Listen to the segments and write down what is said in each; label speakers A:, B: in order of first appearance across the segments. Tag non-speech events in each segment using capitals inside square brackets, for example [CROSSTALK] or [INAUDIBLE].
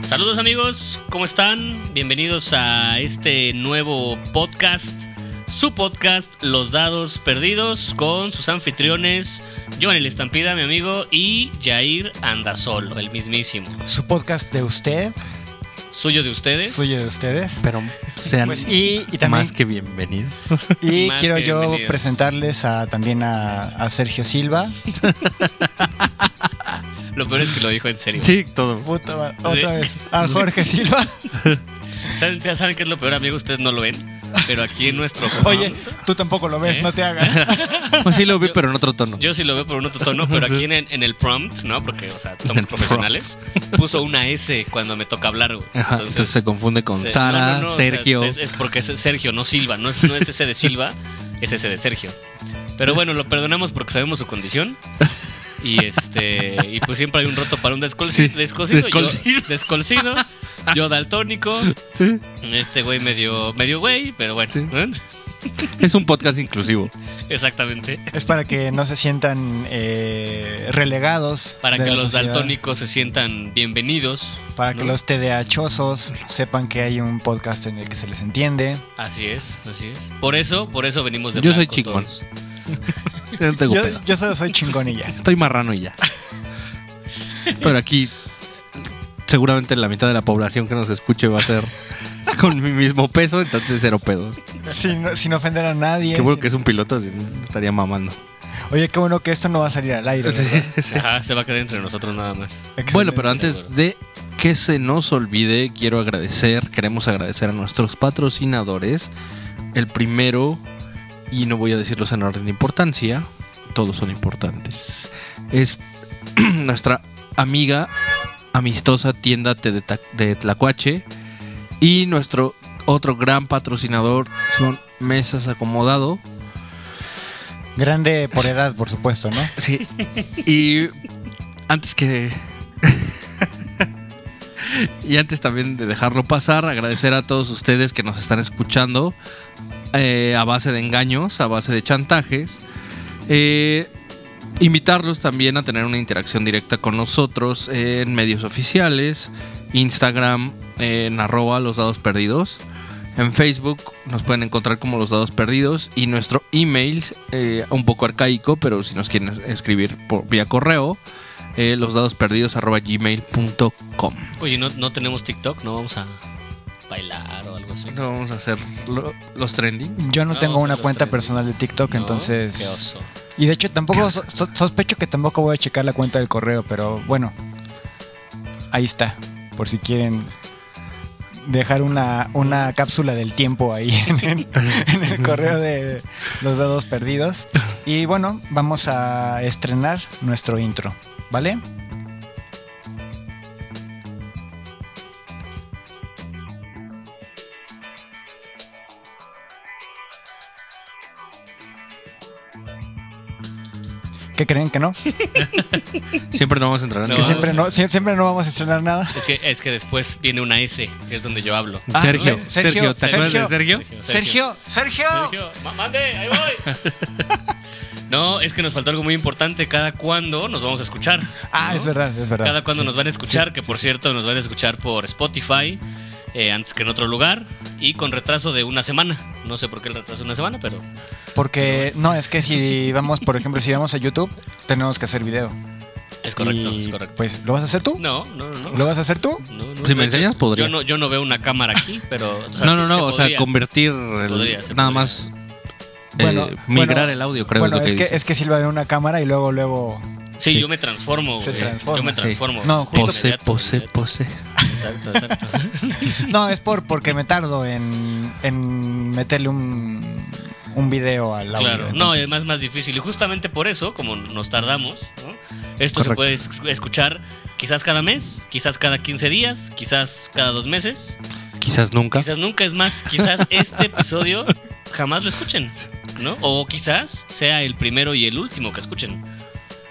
A: Saludos amigos, ¿cómo están? Bienvenidos a este nuevo podcast, su podcast Los Dados Perdidos, con sus anfitriones Giovanni La Estampida, mi amigo, y Jair Andasolo, el mismísimo.
B: Su podcast de usted,
A: Suyo de ustedes.
B: suyo de ustedes.
C: Pero sean
B: Pues, y, y también
C: más que bienvenidos.
B: y
A: Más
B: quiero
A: que
B: yo
A: bienvenidos.
B: presentarles a, también a, a Sergio Silva.
A: Lo peor es que lo dijo en serio.
C: Sí, todo.
B: Puta ma- otra vez. A Jorge Silva.
A: ¿Saben, ya saben qué es lo peor, amigos, ustedes no lo ven, pero aquí en
C: [LAUGHS]
A: nuestro...
B: Oye, tú tampoco lo ves,
A: ¿Eh?
B: no te hagas.
C: Pues sí lo vi, pero en otro tono.
A: Yo sí lo veo por un otro tono, pero aquí en, el- en el prompt, ¿no? Porque, o sea, somos
C: El
A: profesionales. Puso una S cuando me toca hablar, güey.
C: Ajá, entonces, se confunde con
A: se-
C: Sara,
A: no, no, no, o sea, eh,
C: Sergio.
A: es, es porque es Sergio, no Silva. No es, no es ese de Silva, es ese de Sergio. Pero bueno, lo perdonamos porque sabemos su condición. Y este y pues siempre hay un roto para un descolci-
C: Sí,
A: descolcido. yo-
C: descolcido. [LAUGHS]
A: descolcido. Yo daltónico.
C: Sí,
A: Este güey medio, medio güey, pero bueno.
C: Sí.
A: ¿eh?
C: es un podcast inclusivo.
A: Exactamente.
B: Es para que no se sientan eh, relegados.
A: Para
B: de
A: que
B: la
A: los
B: sociedad,
A: daltónicos se sientan bienvenidos.
B: Para que
A: ¿no?
B: los TDAchosos sepan que hay un podcast en el que se les entiende.
A: Así es, así es. Por eso, por eso venimos de
C: Yo soy
A: blanco
C: chingón.
A: todos.
C: Yo no tengo
B: Yo,
C: pedo.
B: yo solo soy chingonilla.
C: [LAUGHS] Estoy marrano y ya. Pero aquí, seguramente la mitad de la población que nos escuche va a ser con mi mismo peso, entonces cero pedo.
B: Sin, sin ofender a nadie.
C: Qué bueno
B: sin-
C: que es un piloto, si no estaría mamando.
B: Oye, qué bueno que esto no va a salir al aire. ¿verdad?
A: Ajá, se va a quedar entre nosotros nada más.
C: Bueno, pero
B: Excelente.
C: antes de que se nos olvide, quiero agradecer, queremos agradecer a nuestros patrocinadores. El primero, y no voy a decirlos en orden de importancia, todos son importantes, es [CLEARS THROAT] nuestra amiga amistosa tienda Te de Ta- de Tlacuache y nuestro otro gran patrocinador son Mesas Acomodado.
B: Grande por edad, por supuesto, ¿no?
C: Sí. Y antes que. [LAUGHS] y antes también de dejarlo pasar, agradecer a todos ustedes que nos están escuchando eh, a base de engaños, a base de chantajes. Eh, invitarlos también a tener una interacción directa con nosotros en medios oficiales, Instagram, eh, en arroba los dados perdidos. En Facebook nos pueden encontrar como los dados perdidos y nuestro email, eh, un poco arcaico, pero si nos quieren es- escribir por vía correo, eh, los dados perdidos gmail.com.
A: Oye, ¿no, no tenemos TikTok, no vamos a bailar o algo así.
C: No vamos a hacer lo- los trending.
B: Yo no
A: Ah,
B: tengo
A: vamos a
B: una
A: los
B: cuenta
A: tres.
B: personal de TikTok,
A: No,
B: entonces...
A: Qué oso.
B: Y de hecho tampoco so- so- sospecho que tampoco voy a checar la cuenta del correo, pero bueno, ahí está, por si quieren dejar una, una cápsula del tiempo ahí [LAUGHS] en el, en el correo de los dados perdidos. Y bueno, vamos a estrenar nuestro intro, ¿vale? ¿Qué creen que no?
C: Siempre no vamos a entrar en
A: No, [LAUGHS]
B: Que
C: eso.
B: siempre no, sie- siempre no vamos a estrenar nada.
A: Es que, es que después viene una S, que es donde yo hablo.
B: Ah,
C: Sergio,
B: Sergio,
C: Sergio, ¿te acuerdas de Sergio?
B: Sergio, Sergio.
A: Sergio, ma- mande, ahí voy. [LAUGHS] No, es que nos faltó algo muy importante. Cada cuándo nos vamos a escuchar.
B: Ah,
A: ¿no?
B: es verdad, es verdad.
A: Cada cuándo nos van a escuchar, que por cierto nos van a escuchar por Spotify eh, antes que en otro lugar y con retraso de una semana. No sé por qué el retraso de una semana, pero
B: Porque no, es que si vamos, por ejemplo, si vamos a YouTube, tenemos que hacer video.
A: es correcto,
B: Y,
A: es correcto.
B: Pues, ¿lo vas a hacer tú?
A: No, no, no.
B: ¿Lo
A: no.
B: vas a hacer tú?
A: No, no,
C: Si
A: no,
C: me enseñas,
A: yo-
C: podría.
A: Yo no, yo no veo una cámara aquí, pero. o sea,
C: [LAUGHS] No,
A: se-
C: no, no,
A: se
C: o sea,
A: podría.
C: convertir, el-
A: podría, se
C: nada
A: podría.
C: más eh,
B: Bueno,
C: migrar
B: bueno,
C: el audio, creo.
B: bueno,
C: es lo que
B: es, que,
C: dice.
B: es que Silva ve una cámara y luego, luego.
A: Sí, yo me transformo,
B: Se
A: güey.
B: transforma,
A: Yo me
B: sí.
A: transformo.
B: No,
A: justo
C: Pose,
A: inmediato,
C: pose,
A: inmediato.
C: pose.
A: Exacto,
B: [LAUGHS]
A: exacto.
B: No, es por porque me tardo en, en meterle un, un video al audio.
A: claro. No, y además es más difícil. Y justamente por eso, como nos tardamos, ¿no? esto se
C: Correcto.
A: puede es- escuchar quizás cada mes, quizás cada 15 días, quizás cada dos meses,
C: Quizás nunca.
A: quizás nunca. Es más,
C: [LAUGHS]
A: quizás este episodio jamás lo escuchen, ¿no? O quizás sea el primero y el último que escuchen.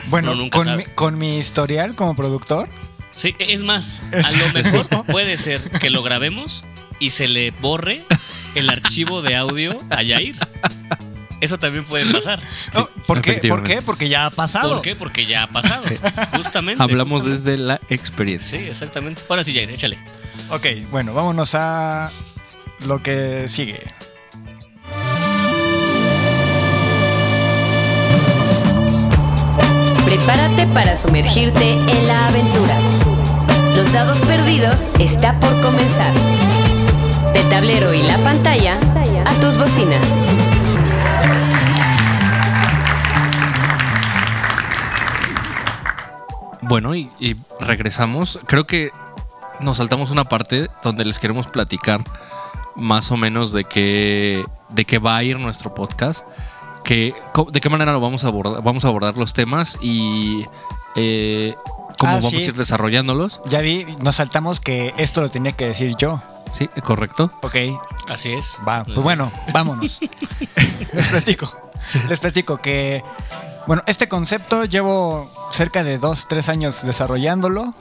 B: Bueno,
A: uno nunca
B: con
A: sabe.
B: mi, con mi historial como productor,
A: Sí, e-, es más, a lo mejor puede ser que lo grabemos y se le borre el archivo de audio a Yair. Eso también puede pasar.
B: No, oh, ¿por, qué? ¿Por
C: efectivamente.
B: qué? Porque ya ha pasado.
A: ¿Por qué? Porque ya ha pasado.
B: Sí.
A: Justamente.
C: Hablamos
A: justamente.
C: desde la experiencia.
A: Sí, exactamente. Ahora sí, Jair, échale.
B: Ok, bueno, vámonos a lo que sigue.
D: Prepárate para sumergirte en la aventura. Los dados perdidos está por comenzar. Del tablero y la pantalla a tus bocinas.
C: Bueno, y, y regresamos. Creo que nos saltamos una parte donde les queremos platicar más o menos de qué, de qué va a ir nuestro podcast, que, co- de qué manera lo vamos a abordar, vamos a abordar los temas y eh, cómo
B: Ah,
C: vamos
B: sí.
C: a ir desarrollándolos.
B: Ya vi, nos saltamos que esto lo tenía que decir yo.
C: Sí, correcto.
B: Ok,
A: Así es.
B: va. Pues bueno, vámonos. Les platico. Les platico que, bueno, este concepto llevo cerca de dos, tres años desarrollándolo.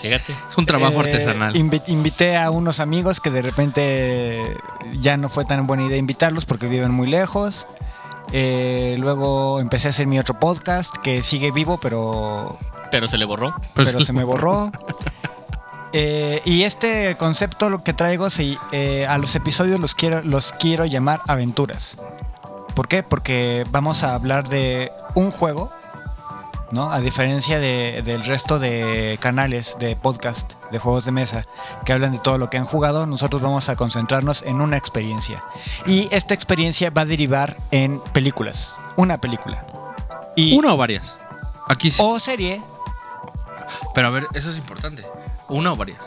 A: Fíjate.
C: Es un trabajo
B: Eh,
C: artesanal.
B: invi- invité a unos amigos que de repente ya no fue tan buena idea invitarlos porque viven muy lejos. Eh, luego empecé a hacer mi otro podcast que sigue vivo, pero,
A: Pero se le borró.
C: Pero
B: pero se me borró. Pues [LAUGHS] Eh, y este concepto lo que traigo se- eh, a los episodios los quiero, los quiero llamar aventuras. ¿Por qué? Porque vamos a hablar de un juego, ¿no? A diferencia de- del resto de canales de podcast, de juegos de mesa, que hablan de todo lo que han jugado, nosotros vamos a concentrarnos en una experiencia. Y esta experiencia va a derivar en películas, una película. Y,
C: Una o varias. Aquí sí.
B: O serie,
C: Pero a ver, eso es importante. Una o varias.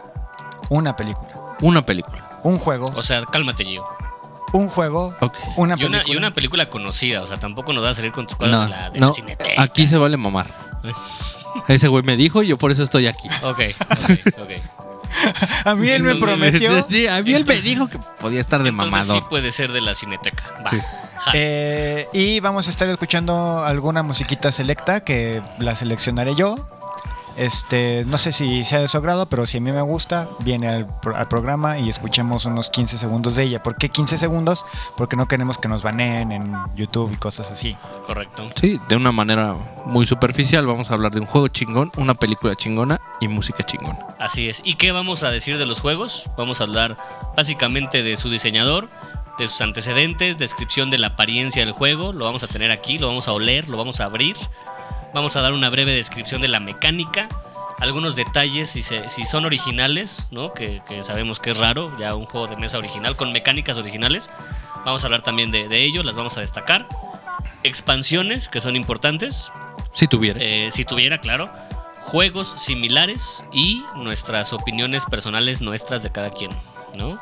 B: una película.
C: Una película.
B: Un juego,
A: O sea, cálmate, Gio.
B: un juego,
C: Ok.
B: una
A: Y
B: película.
A: una, y una película conocida. O sea, tampoco nos va a salir con tus cuadros
C: No,
A: de la, de la
C: no.
A: cineteca.
C: Aquí se vale mamar.
B: Eh.
C: Ese güey me dijo y yo por eso estoy aquí.
A: Ok, ok, ok.
B: A mí
A: [LAUGHS]
B: él me
A: Entonces,
B: prometió.
C: [LAUGHS] Sí, a mí él me
A: Entonces-
C: dijo que podía estar de
A: Entonces
C: mamado.
A: sí puede ser de la cineteca. Va.
C: Sí.
A: Ja.
B: Eh, y vamos a estar escuchando alguna musiquita selecta que la seleccionaré yo. Este, no sé si sea de su agrado, pero si a mí me gusta, viene al, pro- al programa y escuchemos unos 15 segundos de ella. ¿Por qué 15 segundos? Porque no queremos que nos baneen en YouTube y cosas así.
A: Correcto.
C: Sí, de una manera muy superficial vamos a hablar de un juego chingón, una película chingona y música chingona.
A: Así es. ¿Y qué vamos a decir de los juegos? Vamos a hablar básicamente de su diseñador, de sus antecedentes, descripción de la apariencia del juego. Lo vamos a tener aquí, lo vamos a oler, lo vamos a abrir. Vamos a dar una breve descripción de la mecánica, algunos detalles si, se- si son originales, ¿no? que, que sabemos que es raro, ya un juego de mesa original con mecánicas originales. Vamos a hablar también de, de ello, las vamos a destacar. Expansiones que son importantes,
C: Si tuviera.
A: eh, si tuviera, claro, juegos similares y nuestras opiniones personales nuestras de cada quien, ¿no?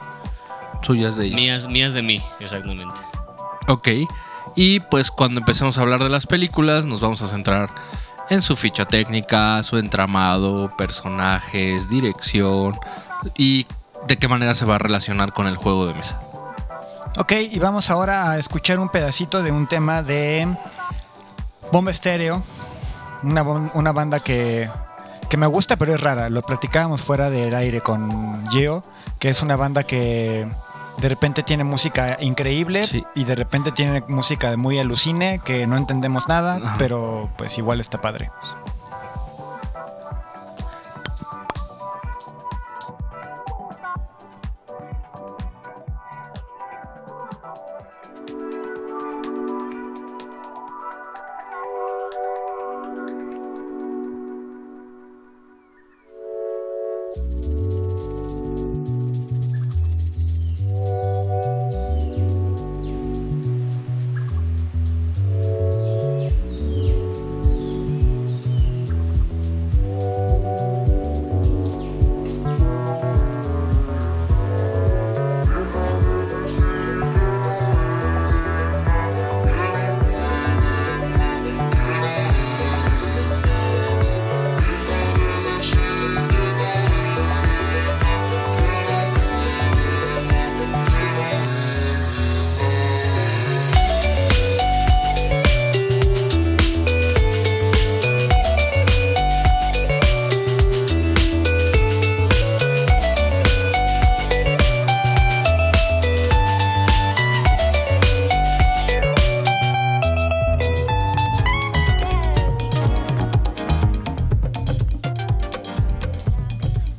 C: Suyas de ellos.
A: Mías, mías de mí, exactamente.
C: Ok. Y pues cuando empecemos a hablar de las películas, nos vamos a centrar en su ficha técnica, su entramado, personajes, dirección y de qué manera se va a relacionar con el juego de mesa.
B: Ok, y vamos ahora a escuchar un pedacito de un tema de Bomba Estéreo, una, bon- una banda que, que me gusta pero es rara. Lo platicábamos fuera del aire con Gio, que es una banda que de repente tiene música increíble
C: Sí.
B: y de repente tiene música de muy alucine, que no entendemos nada,
C: Ajá.
B: pero pues igual está padre.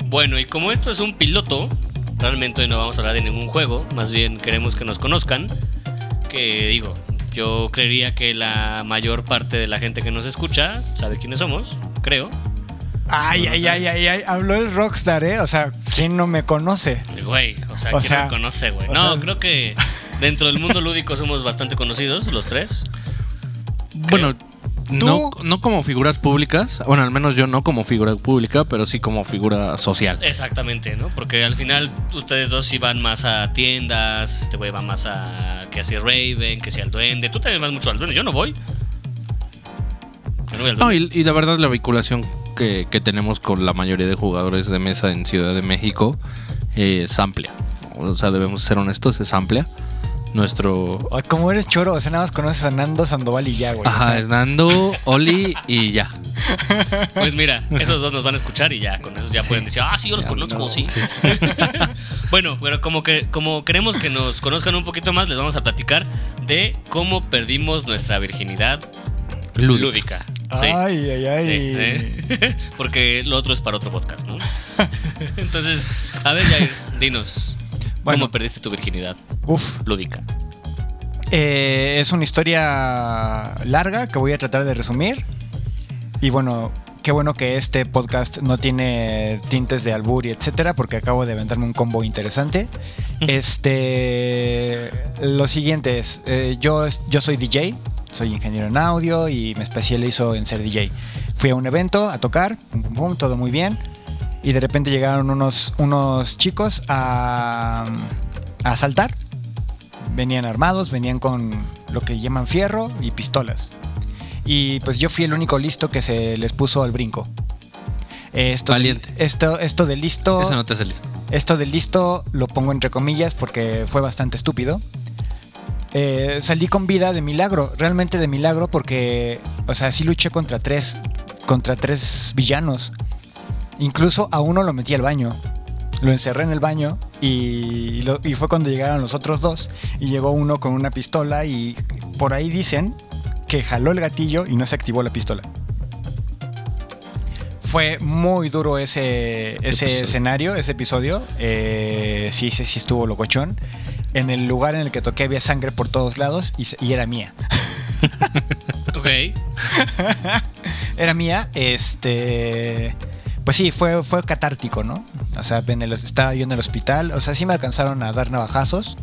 A: Bueno, y como esto es un piloto, realmente hoy no vamos a hablar de ningún juego, más bien queremos que nos conozcan, que digo, yo creería que la mayor parte de la gente que nos escucha sabe quiénes somos, creo.
B: Ay, ay, ay, ay, ay, habló el rockstar, ¿eh? O sea, ¿quién no me conoce?
A: Güey, o sea,
B: O
A: ¿quién
B: sea,
A: me conoce, güey?
B: o
A: No,
B: sea-
A: creo que dentro del
B: [LAUGHS]
A: mundo lúdico somos bastante conocidos, los tres.
C: Bueno, Eh, no,
B: ¿Tú?
C: no como figuras públicas. Bueno, al menos yo no como figura pública, pero sí como figura
B: Eh,
C: social.
A: Exactamente, ¿no? Porque al final ustedes dos sí van más a tiendas, este güey va más a que así Raven, que sea al duende. Tú también vas mucho al duende, yo no voy. Yo no voy al
C: No,
A: duende.
C: y, y la verdad la vinculación que, que tenemos con la mayoría de jugadores de mesa en Ciudad de México eh, es amplia. O sea, debemos ser honestos, es amplia. Nuestro...
B: O como eres choro, o sea, nada más conoces a Nando Sandoval y ya, güey. Pues, o
C: Ajá,
B: sea,
C: es Nando, Oli y ya.
A: Pues mira, esos dos nos van a escuchar y ya, con esos ya pueden decir, ah, sí, yo los
C: Ya,
A: conozco,
C: no.
A: sí. [LAUGHS] bueno, pero como que como queremos que nos conozcan un poquito más, les vamos a platicar de cómo perdimos nuestra virginidad lúdica. Sí.
B: Ay, ay, ay.
A: Sí, [LAUGHS] ¿eh? Porque lo otro es para otro podcast, ¿no? [LAUGHS] Entonces, a ver, Jair, dinos. ¿Cómo
B: Bueno.
A: perdiste tu virginidad
B: Uf.
A: lúdica?
B: Eh, es una historia larga que voy a tratar de resumir. Y bueno, qué bueno que este podcast no tiene tintes de albur y etcétera, porque acabo de aventarme un combo interesante. Este. Lo siguiente es: eh, yo, yo soy DJ, soy ingeniero en audio y me especializo en ser DJ. Fui a un evento a tocar, pum, pum, pum, todo muy bien. Y de repente llegaron unos, unos chicos a, a asaltar. Venían armados, venían con lo que llaman fierro y pistolas. Y pues yo fui el único listo que se les puso al brinco. Esto,
C: Valiente.
B: Esto, esto de listo.
C: Eso no te hace listo.
B: Esto del listo lo pongo entre comillas porque fue bastante estúpido. Eh, salí con vida de milagro, realmente de milagro porque, o sea, sí luché contra tres, contra tres villanos. Incluso a uno lo metí al baño, lo encerré en el baño y, lo- y fue cuando llegaron los otros dos y llegó uno con una pistola y por ahí dicen que jaló el gatillo y no se activó la pistola. Fue muy duro ese, ese
C: Episodio.
B: escenario, ese episodio. Eh, sí, sí, sí estuvo locochón. En el lugar en el que toqué había sangre por todos lados y, se- y era mía. [LAUGHS]
A: Ok.
B: Era mía, este... Pues sí, fue, fue catártico, ¿no? O sea, en el- estaba yo en el hospital. O sea, sí me alcanzaron a dar navajazos.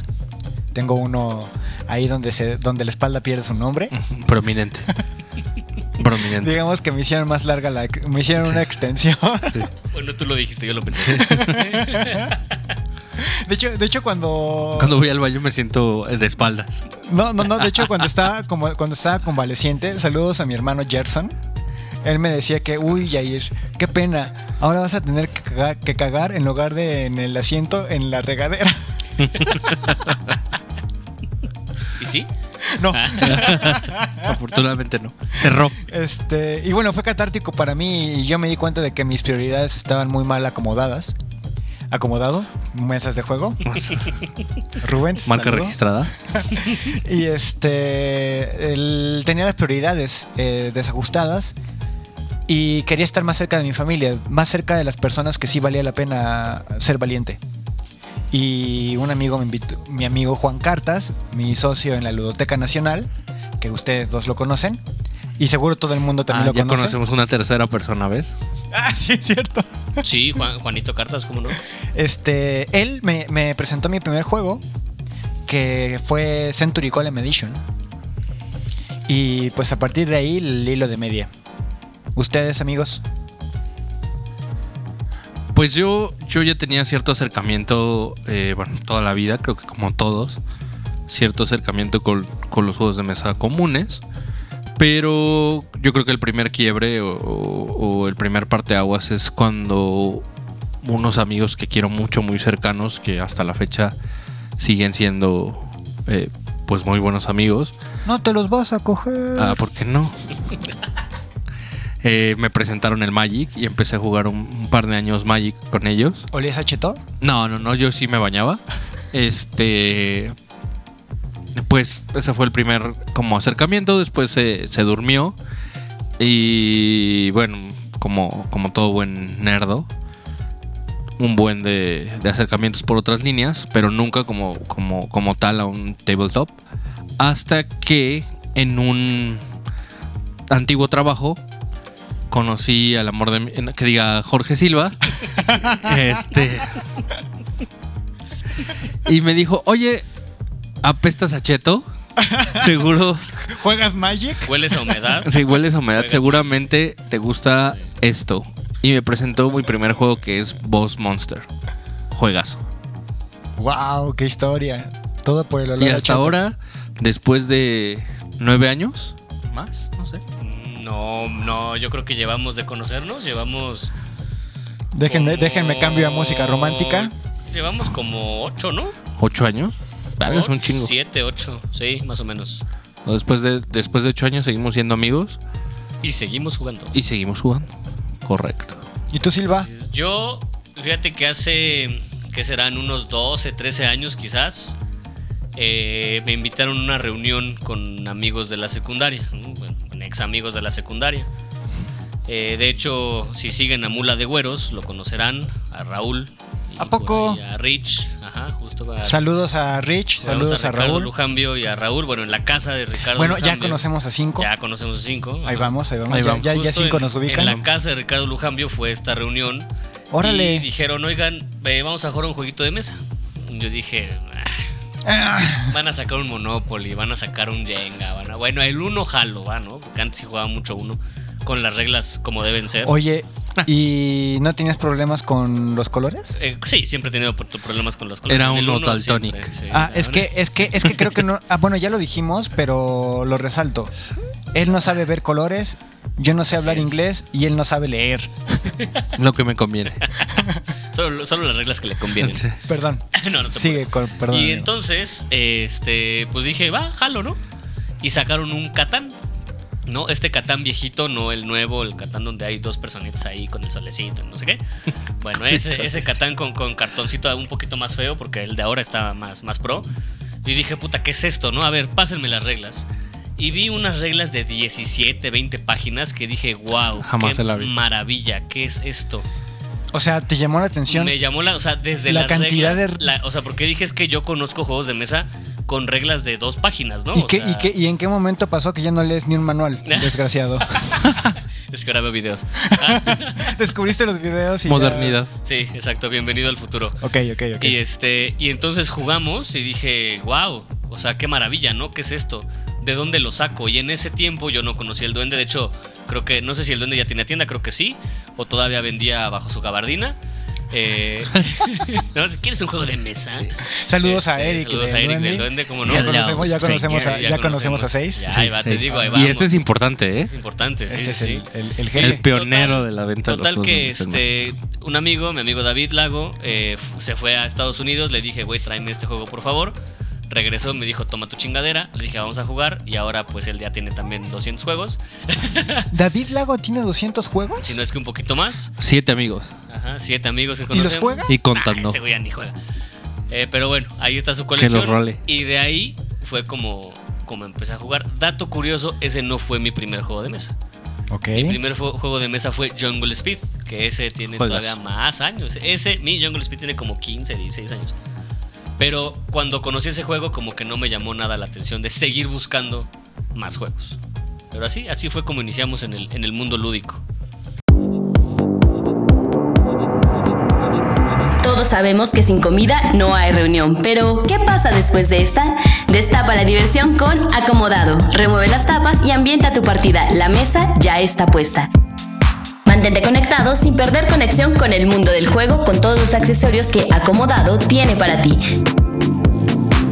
B: Tengo uno ahí donde, se, donde la espalda pierde su nombre. [LAUGHS]
C: Prominente. Prominente.
B: Digamos que me hicieron más larga la... Me hicieron una extensión. [LAUGHS]
A: Bueno, tú lo dijiste, yo lo pensé.
B: De hecho, de hecho cuando...
C: Cuando voy al baño me siento eh, de
B: [LAUGHS]
C: espaldas.
B: No, no, no. De hecho, cuando estaba, como, cuando estaba convaleciente, saludos a mi hermano Gerson. Él me decía que, uy, Yair, qué pena. Ahora vas a tener que cagar, que cagar en lugar de en el asiento, en la regadera. [LAUGHS]
A: ¿Y sí? Ah,
B: No.
C: Afortunadamente no.
B: [LAUGHS]
C: Cerró.
B: Este, y bueno, fue catártico para mí y yo me di cuenta de que mis prioridades estaban muy mal acomodadas. Acomodado, mesas de juego. Rubén,
C: Marca
B: saludo.
C: registrada.
B: Y este. el- tenía las prioridades eh, desajustadas. Y quería estar más cerca de mi familia, más cerca de las personas que sí valía la pena ser valiente. Y un amigo me invitó, mi amigo Juan Cartas, mi socio en la Ludoteca Nacional, que ustedes dos lo conocen, y seguro todo el mundo también
C: Ah,
B: lo
C: ya
B: conoce.
C: conocemos una tercera persona, ¿ves?
B: [LAUGHS] Ah, sí, es cierto.
A: Sí, Juan- Juanito Cartas, ¿cómo no?
B: Este, él me, me presentó mi primer juego, que fue Century Column Edition. Y pues a partir de ahí el hilo de media. Ustedes, amigos,
C: Pues yo, yo ya tenía cierto acercamiento, eh, bueno, toda la vida, creo que como todos, cierto acercamiento con, con los juegos de mesa comunes. Pero yo creo que el primer quiebre o, o- o el primer parteaguas es cuando unos amigos que quiero mucho, muy cercanos, que hasta la fecha siguen siendo eh, pues muy buenos amigos,
B: no te los vas a coger.
C: Ah, ¿por qué no? Eh, me presentaron el Magic y empecé a jugar un, un par de años Magic con ellos.
B: ¿Olías a Cheto?
C: No, no, no, yo sí me bañaba. Este. Pues ese fue el primer como acercamiento. Después se, se durmió. Y bueno, como, como todo buen nerdo. un buen de, de acercamientos por otras líneas, pero nunca como, como, como tal a un tabletop. Hasta que en un antiguo trabajo conocí al amor de mi, que diga Jorge Silva. este. Y me dijo, oye, apestas a Cheto. Seguro,
B: ¿Juegas Magic?
A: Hueles a humedad.
C: si hueles a humedad, seguramente te gusta esto. Y me presentó mi primer juego que es Boss Monster. Juegazo.
B: ¡Wow! ¡Qué historia! Todo por el olor
C: Y
B: a
C: hasta
B: chato.
C: ahora, después de nueve años, más, no sé.
A: No, no, yo creo que llevamos de conocernos, llevamos.
B: Déjenme,
A: como-
B: déjenme cambio a música romántica.
A: Llevamos como ocho, ¿no?
C: ¿Ocho años? Verga, es un
A: Ocho,
C: chingo.
A: Siete, ocho, sí, más o menos.
C: Después de, después de ocho años seguimos siendo amigos
A: Y seguimos jugando.
C: y seguimos jugando. Correcto.
B: ¿Y tú, Silva?
A: Yo, fíjate que hace, que serán unos 12, 13 años quizás, eh, me invitaron a una reunión con amigos de la secundaria, ¿no? Bueno, con ex amigos de la secundaria. Eh, de hecho, si siguen a Mula de Güeros, lo conocerán, a Raúl. y
B: ¿A poco?
A: por ahí A Rich, ajá, justo a,
B: Saludos a Rich, saludos a,
A: Ricardo
B: Raúl.
A: Lujambio y a Raúl, bueno, en la casa de Ricardo
B: Bueno, ya
A: Lujambio.
B: conocemos a cinco.
A: Ya conocemos a cinco.
B: Ahí
A: ajá.
B: vamos, ahí vamos.
C: Ahí
B: ya,
C: vamos.
B: ya- ya
A: Justo
B: cinco
A: en-
B: nos
A: En
B: ubican.
A: la casa de Ricardo Lujambio fue esta reunión.
B: Órale.
A: Y dijeron, oigan, eh, vamos a jugar un jueguito de mesa. Yo dije, "Ah,
B: Ah,
A: van a sacar un Monopoly, van a sacar un Jenga. Van a... Bueno, el uno jalo, va, ¿no? Porque antes sí jugaba mucho uno con las reglas como deben ser. [LAUGHS]
B: Oye, ¿y no tenías problemas con los colores?
A: Eh, sí, siempre he tenido por- problemas con los colores.
C: Era
A: El
C: uno
A: uno siempre,
C: Daltonic.
A: sí,
B: Ah,
A: la
B: es que,
A: verdad.
B: es que, es que creo
A: [LAUGHS]
B: que no. Ah, bueno, ya lo dijimos, pero lo resalto. Él no sabe ver colores, yo no sé hablar
A: es.
B: inglés y él no sabe leer.
C: Lo que me conviene.
A: Solo, solo las reglas que le
C: [LAUGHS]
A: convienen.
C: Sí.
B: Perdón.
A: [LAUGHS] No, no te
B: Sigue con. Perdón.
A: y
B: amigo.
A: entonces, este, pues dije, va, jalo, ¿no? Y sacaron un Catán. No, este Catán viejito, no el nuevo, el Catán donde hay dos personitas ahí con el solecito, no sé
C: [LAUGHS]
A: qué. Bueno, ese, ese Catán con, con cartoncito un poquito más feo, porque el de ahora estaba más, más pro. Y dije, puta, ¿qué es esto? No, a ver, pásenme las reglas. Y vi unas reglas de 17, 20 páginas que dije, wow,
C: Jamás
A: qué
C: se la vi.
A: maravilla, ¿qué es esto?
B: O sea, te llamó la atención.
A: Me llamó la, o sea, desde
B: La
A: las
B: cantidad
A: reglas,
B: de-
A: la- o sea, porque dije es que yo conozco juegos de mesa con reglas de dos páginas, ¿no?
B: ¿Y,
A: O
B: qué-
A: sea,
B: y qué- y en qué momento pasó que ya no lees ni
A: [LAUGHS]
B: un manual? Desgraciado.
A: Es que ahora veo videos.
B: Descubriste los videos y. ya-
C: Modernidad.
A: Sí, exacto, bienvenido al futuro.
B: Ok, ok, ok.
A: Y este, y entonces jugamos y dije, wow, o sea, qué maravilla, ¿no? ¿Qué es esto? ¿De dónde lo saco? Y en ese tiempo yo no conocía el duende, de hecho, creo que, no sé si el duende ya tenía tienda, creo que sí, o todavía vendía bajo su gabardina.
B: [LAUGHS]
A: Eh, [LAUGHS] no, si ¿Quieres un juego de mesa?
B: Saludos a
A: Este,
B: Eric.
A: Saludos
B: del
A: a Eric
B: Duende.
A: del Duende, como no.
B: Ya
A: Hello,
B: conocemos, ya
A: stranger.
B: conocemos a- ya conocemos a seis.
A: Ya,
C: Sí,
A: ahí va, te
C: sí.
A: digo, ahí
C: y
A: vamos.
C: este es importante, ¿eh?
A: Es importante, sí,
B: Ese es
A: sí.
B: el, el, el jefe.
C: El pionero
A: Total-
C: de la venta de
A: Total
C: los
A: que
C: juegos de
A: este un amigo, mi amigo David Lago, eh, f- se fue a Estados Unidos, le dije, güey, tráeme este juego, por favor. Regresó, me dijo, toma tu chingadera. Le dije, vamos a jugar. Y ahora, pues, él ya tiene también 200 juegos.
B: ¿David Lago tiene 200 juegos?
A: Si no es que un poquito más.
C: Siete amigos.
A: Ajá, siete amigos que
B: los
A: conocemos.
B: juega?
C: Y
A: Ah,
C: contando.
A: ese güey ya ni juega. Eh, pero bueno, ahí está su colección.
C: los role.
A: Y de ahí fue como, como empecé a jugar. Dato curioso, ese no fue mi primer juego de mesa.
B: Ok.
C: ¿Eh?
A: Mi primer fue- juego de mesa fue Jungle Speed, que ese tiene
C: Juegas.
A: todavía más años. Ese, mi Jungle Speed tiene como 15, 16 años. Pero cuando conocí ese juego, como que no me llamó nada la atención de seguir buscando más juegos. Pero así, así fue como iniciamos en el, en el mundo lúdico.
D: Todos sabemos que sin comida no hay reunión, pero ¿qué pasa después de esta? Destapa la diversión con Acomodado. Remueve las tapas y ambienta tu partida. La mesa ya está puesta. Mantente conectado sin perder conexión con el mundo del juego con todos los accesorios que Acomodado tiene para ti.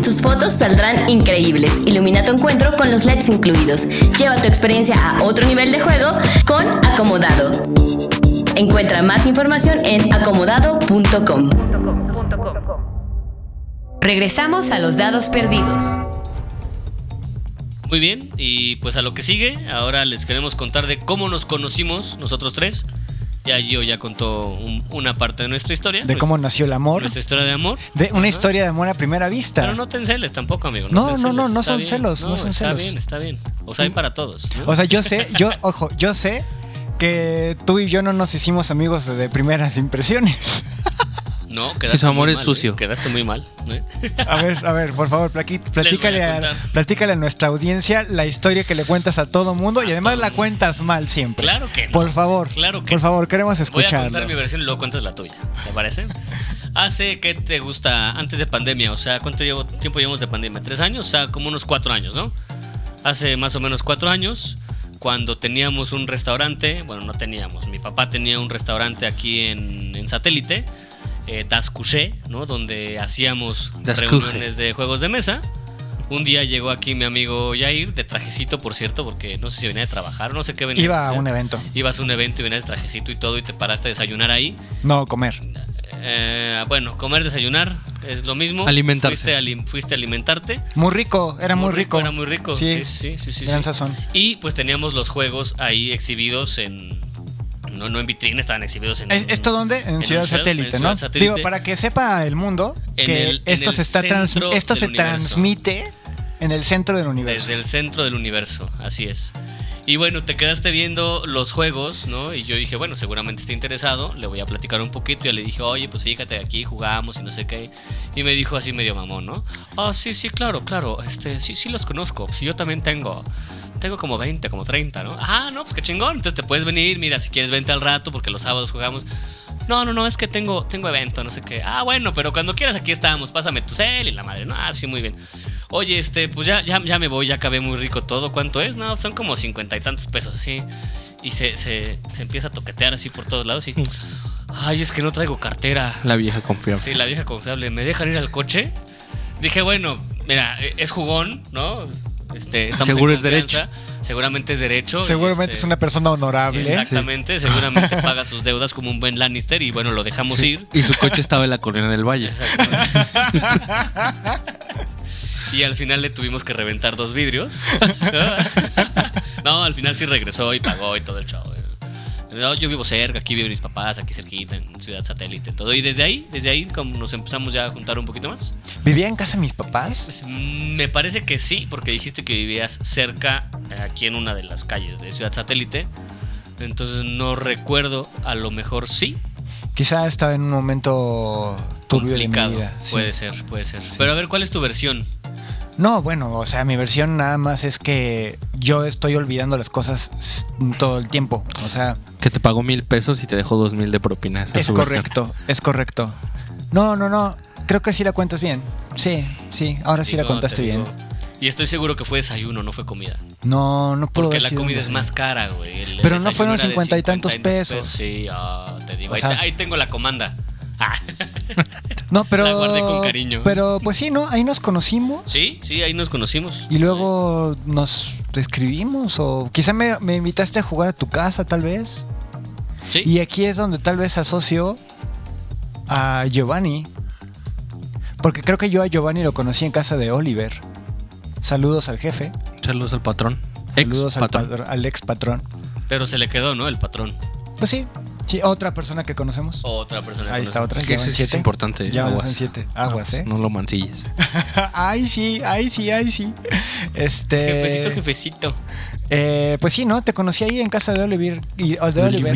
D: Tus fotos saldrán increíbles. Ilumina tu encuentro con los LEDs incluidos. Lleva tu experiencia a otro nivel de juego con Acomodado. Encuentra más información en acomodado.com. Regresamos a los dados perdidos.
A: Muy bien, y pues a lo que sigue, ahora les queremos contar de cómo nos conocimos nosotros tres. Ya Gio ya contó un- una parte de nuestra historia.
B: De
A: nuestra-
B: cómo nació el amor.
A: Nuestra historia de amor.
B: De una historia de amor a primera vista.
A: Pero no te enceles tampoco, amigo.
B: No,
A: te
B: no,
A: enceles,
B: no, no
A: está
B: son
A: bien.
B: celos, no son
A: está
B: celos.
A: bien, está bien. O sea, hay para todos. ¿no?
B: O sea, yo sé, yo, ojo, yo sé que tú y yo no nos hicimos amigos de primeras impresiones. [LAUGHS]
A: No, quedaste
C: su amor
A: muy
C: es
A: mal,
C: sucio.
A: eh, Quedaste muy mal. eh. [LAUGHS]
B: A ver, a ver, por favor, plaqui- platícale,
A: a
B: a,
A: contar.
B: platícale a nuestra audiencia la historia que le cuentas a todo mundo y además
A: todo
B: la
A: mundo.
B: cuentas mal siempre.
A: Claro que no.
B: Por favor,
A: Claro que
B: por
A: no.
B: favor, queremos
A: Voy a contar
B: escucharlo.
A: mi versión y luego cuentas la tuya. ¿Te parece? Hace que te gusta antes de pandemia, o sea, ¿cuánto llevo- tiempo llevamos de pandemia? ¿Tres años? O sea, como unos cuatro años, ¿no? Hace más o menos cuatro años, cuando teníamos un restaurante, bueno, no teníamos, mi papá tenía un restaurante aquí en, en satélite, eh, Das Couché, ¿no? Donde hacíamos
C: Das Couché.
A: reuniones de juegos de mesa. Un día llegó aquí mi amigo Yair, de trajecito, por cierto, porque no sé si venía de trabajar, no sé qué venía.
B: Iba
A: a
B: a
A: hacer
B: un evento,
A: ibas a un evento y venías de trajecito y todo y te paraste a desayunar ahí.
B: no comer.
A: Eh, bueno, comer, desayunar es lo mismo.
C: Alimentarse.
A: Fuiste, a ali- fuiste a alimentarte.
B: Muy rico, era muy, rico.
A: Era muy rico. Sí,
B: Sí,
A: sí, sí. sí,
B: gran
A: sí.
B: sazón.
A: Y pues teníamos los juegos ahí exhibidos en. No, no en vitrina, estaban exhibidos en.
B: ¿Es- ¿Esto dónde? En,
A: un
B: Ciudad
A: museo,
B: Satélite,
A: en
B: ¿no?
A: Ciudad Satélite.
B: Digo, para que sepa el mundo
A: En
B: que
A: el- en
B: esto
A: el
B: se, está trans-
A: centro
B: esto
A: del
B: se
A: universo.
B: transmite en el centro del universo.
A: Desde el centro del universo, así es. Y bueno, te quedaste viendo los juegos, ¿no? Y yo dije, bueno, seguramente está interesado, le voy a platicar un poquito. Y le dije, oye, pues fíjate, aquí jugamos y no sé qué. Y me dijo así medio mamón, ¿no? Ah, sí, sí, claro, claro, este, sí, sí los conozco, sí, yo también tengo. Tengo como 20, como 30, ¿no? Ah, no, pues qué chingón. Entonces te puedes venir, mira, si quieres vente al rato, porque los sábados jugamos. No, no, no, es que tengo, tengo evento, no sé qué. Ah, bueno, pero cuando quieras aquí estamos, pásame tu cel y la madre, ¿no? Ah, sí, muy bien. Oye, este, pues ya, ya, ya me voy, ya acabé muy rico todo. ¿Cuánto es? No, son como cincuenta y tantos pesos, sí. Y se, se, se empieza a toquetear así por todos lados y.
B: Mm.
A: Ay, es que no traigo cartera.
C: La vieja confiable.
A: Sí, la vieja confiable. ¿Me dejan ir al coche? Dije, bueno, mira, e- es jugón, ¿no? Este, estamos en
C: Seguro es
A: confianza, Seguramente es derecho. y
B: Seguramente
A: este,
B: es una persona honorable.
A: Exactamente, seguramente paga sus deudas como un buen Lannister y bueno, lo dejamos ir.
C: Y su coche estaba en la colonia del Valle.
A: [LAUGHS] Y al final le tuvimos que reventar dos vidrios. No, al final sí regresó y pagó y todo el show. No, yo vivo cerca, aquí viven mis papás, aquí cerquita, en Ciudad Satélite, todo. Y desde ahí, desde ahí, como nos empezamos ya a juntar un poquito más.
B: ¿Vivía en casa de mis papás?
A: Pues, mm, me parece que sí, porque dijiste que vivías cerca, eh, aquí en una de las calles de Ciudad Satélite. Entonces no recuerdo, a lo mejor sí,
B: Quizá estaba en un momento turbio
A: complicado.
B: de mi vida. sí.
A: Puede ser, puede ser. Pero a ver, ¿cuál es tu versión?
B: No, bueno, o sea, mi versión nada más es que yo estoy olvidando las cosas s- todo el tiempo. O sea,
C: Que te pagó mil pesos y te dejó dos mil de propina. Esa
B: es
C: su versión.
B: correcto, es correcto. No, no, no, creo que sí la cuentas bien. Sí, sí, ahora sí la
A: Digo,
B: contaste
A: te
B: bien.
A: digo- Y estoy seguro que fue desayuno, no fue comida.
B: No, no puedo
A: Porque
B: haber
A: la
B: sido
A: comida es
B: mejor.
A: más cara, güey. El- el
B: Pero no
A: desayuno
B: fueron
A: era de
B: cincuenta y tantos pesos.
A: Sí, ah, te digo.
B: O
A: ahí,
B: sea-
A: te- ahí tengo la comanda. Ah,
B: No, pero.
A: La guardé con cariño. ¿eh?
B: Pero pues sí, ¿no? Ahí nos conocimos.
A: sí, sí, ahí nos conocimos.
B: Y luego nos escribimos. O quizá me, me invitaste a jugar a tu casa, tal vez.
A: Sí.
B: Y aquí es donde tal vez asocio a Giovanni. Porque creo que yo a Giovanni lo conocí en casa de Oliver. Saludos al jefe.
C: Saludos al patrón.
B: Saludos
C: Ex
B: al,
C: patrón.
B: padr- al ex patrón.
A: Pero se le quedó, ¿no? El patrón.
B: Pues sí, sí, otra persona que conocemos.
A: Otra persona.
B: Ahí
A: que
B: está
A: Oh, conozco.
B: otra,
C: Que
B: ya
C: ese
B: van
C: sí es
B: siete.
C: importante.
B: Ya van
C: aguas.
B: siete. Aguas, ¿eh?
C: No pues lo mancilles.
B: ay, sí, ay, sí, ay, sí.
A: Jefecito,
B: Este.
A: jefecito.
B: eh, pues sí, ¿no? Te conocí ahí en casa de Oliver. Y, o de Oliver.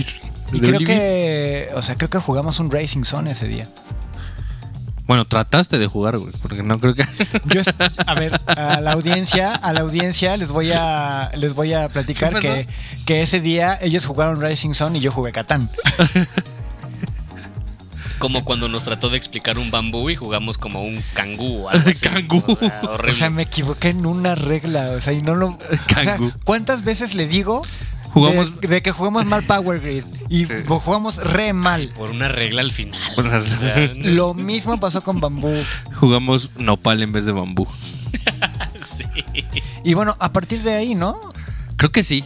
B: Y
C: De
B: creo
C: Oliver.
B: que. O sea, creo que jugamos un Racing Zone ese día.
C: Bueno, trataste de jugar, güey. Porque no creo que.
B: Yo, es- a ver, a la audiencia, a la audiencia les voy a les voy a platicar
C: ¿Qué pasó?
B: que, que ese día ellos jugaron Racing Zone y yo jugué Catán.
A: Como cuando nos trató de explicar un bambú y jugamos como un cangú. o algo así.
C: Cangú.
A: O sea, horrible.
B: O sea, me equivoqué en una regla, o sea, y no lo o sea,
C: Cangú.
B: ¿cuántas veces le digo
C: [LAUGHS] Jugamos-
B: de, de que jugamos mal Power Grid y
C: Sí.
B: jugamos re mal?
A: Por una regla al final.
C: Por una
A: O sea,
B: Lo mismo pasó con Bambú.
C: Jugamos nopal en vez de bambú.
A: sí.
B: Y bueno, a partir de ahí, ¿no?
C: Creo que sí.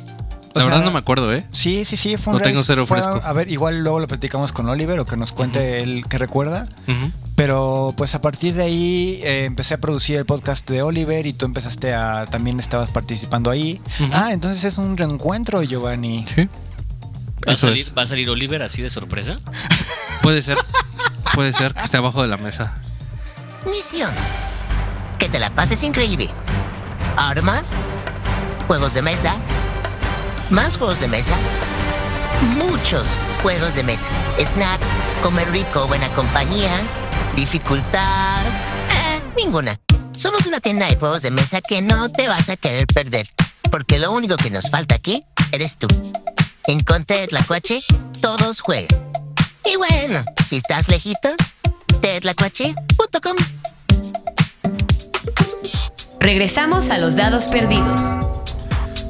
B: O
C: La
B: sea-
C: verdad no me acuerdo, ¿eh?
B: Sí, sí, sí, fue un
C: Lo tengo
B: race-
C: cero
B: fue-
C: fresco.
B: A ver, igual luego lo platicamos con Oliver o que nos cuente él que recuerda.
C: Ujú.
B: Pero pues a partir de ahí eh, empecé a producir el podcast de Oliver y tú empezaste a también estabas participando ahí.
C: Ujú.
B: Ah, entonces es un reencuentro, Giovanni.
C: Sí.
A: ¿Va, a
C: Eso
A: salir,
C: es.
A: ¿Va a salir Oliver así de sorpresa?
C: Puede ser. Puede ser que esté abajo de la mesa.
E: Misión. Que te la pases increíble. Armas. Juegos de mesa. Más juegos de mesa. muchos juegos de mesa. Snacks, comer rico, buena compañía, dificultad, eh, ninguna. Somos una tienda de juegos de mesa que no te vas a querer perder, porque lo único que nos falta aquí eres tú. En Conte de Tlacuache, todos juegan. Y bueno, si estás lejitos, tetlacuache.com.
D: Regresamos a los dados perdidos.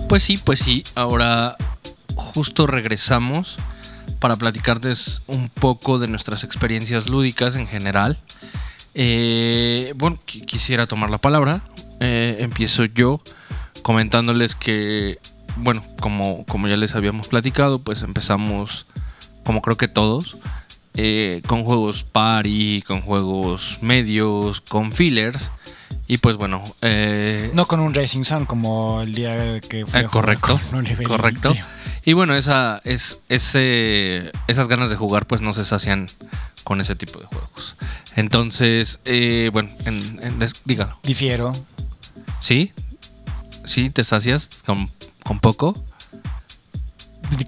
C: Pues sí, pues sí. Ahora justo regresamos para platicarles un poco de nuestras experiencias lúdicas en general. Eh, bueno, qui- quisiera tomar la palabra. Eh, empiezo yo comentándoles que, bueno, como, como ya les habíamos platicado, pues empezamos, como creo que todos, eh, con juegos party, con juegos medios, con fillers. Y pues bueno, eh,
B: No con un Racing Sun como el día que fue.
C: eh, correcto, correcto. Y bueno, esa, es, ese, esas ganas de jugar pues no se sacian con ese tipo de juegos. Entonces, eh, bueno, en- en- des- dígalo.
B: Difiero.
C: ¿Sí? ¿Sí? ¿Te sacias con, con poco?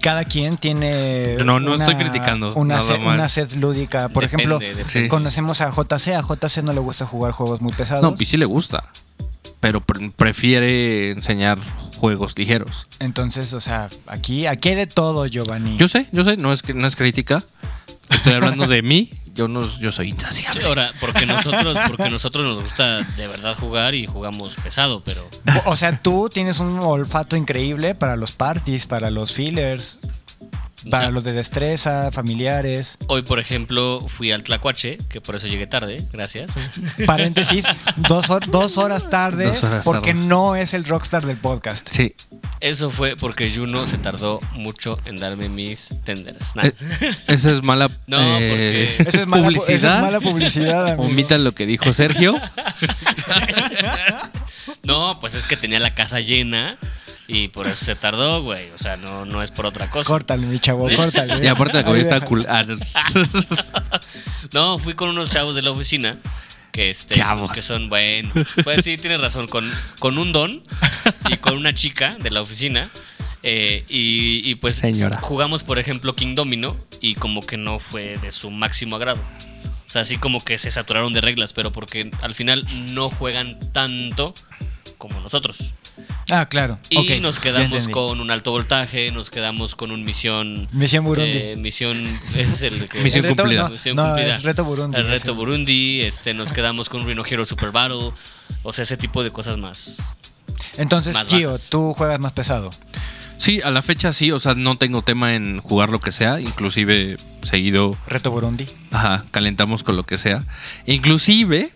B: Cada quien tiene.
C: No, no estoy criticando,
B: Una
C: nada
B: sed,
C: más.
B: una sed lúdica. Por
F: Depende,
B: ejemplo,
F: depende.
C: Sí.
B: conocemos a JC. A JC no le gusta jugar juegos muy pesados.
C: No, y sí le gusta, pero pre- prefiere enseñar juegos ligeros.
B: Entonces, o sea, aquí, aquí hay de todo, Giovanni.
C: Yo sé, yo sé, no es, que- no es crítica. Estoy hablando de mí, yo, no, yo soy
A: Sí,
C: insaciable.
A: ahora, porque nosotros, porque nosotros nos gusta de verdad jugar y jugamos pesado, pero
B: O sea, tú tienes un olfato increíble para los parties, para los fillers, para
A: O sea-
B: los de destreza, familiares.
A: hoy, por ejemplo, fui al Tlacuache, que por eso llegué tarde, gracias.
B: Paréntesis, dos, hor- dos horas tarde,
C: Dos horas
B: porque
C: tarde.
B: no es el rockstar del podcast.
C: Sí,
A: Eso fue porque Juno se tardó mucho en darme mis tenderas. Nah.
C: Eh, esa
B: [LAUGHS]
C: es mala
A: No, porque-
C: eh,
B: Eso es mala, pu- eso es
C: publicidad.
B: mala publicidad. amigo.
C: Omitan lo que dijo Sergio.
A: [LAUGHS] No, pues es que tenía la casa llena y por eso se tardó, güey. O sea, no, no es por otra cosa.
B: Córtale, mi chavo, córtale.
C: Y aparte la comida
B: Ahí
C: está
B: deja.
C: cool. Ah, no.
A: No, fui con unos chavos de la oficina. Que, este,
C: Chavos.
A: pues, que son, bueno, pues sí, tienes razón, con, con un don y con una chica de la oficina. eh, y, y, pues
C: Señora.
A: jugamos, por ejemplo, King Domino y como que no fue de su máximo agrado. O sea, así como que se saturaron de reglas, pero porque al final no juegan tanto como nosotros.
B: Ah, claro.
A: Y
B: ok,
A: nos
B: ya
A: quedamos
B: entendí.
A: con un alto voltaje, nos quedamos con un misión.
B: Misión Burundi.
A: eh, misión. [LAUGHS] Es el que.
C: Misión
B: El reto-
C: cumplida.
B: No,
A: Misión
B: no,
A: cumplida.
B: es reto Burundi.
A: El reto
B: ese.
A: Burundi, este, nos quedamos con Rhino Hero Super Battle, o sea, ese tipo de cosas más.
B: Entonces,
A: Más
B: Gio,
A: bajas.
B: tú juegas más pesado.
C: Sí, a la fecha sí, o sea, no tengo tema en jugar lo que sea, inclusive seguido,
B: Reto Burundi.
C: ajá, calentamos con lo que sea. Inclusive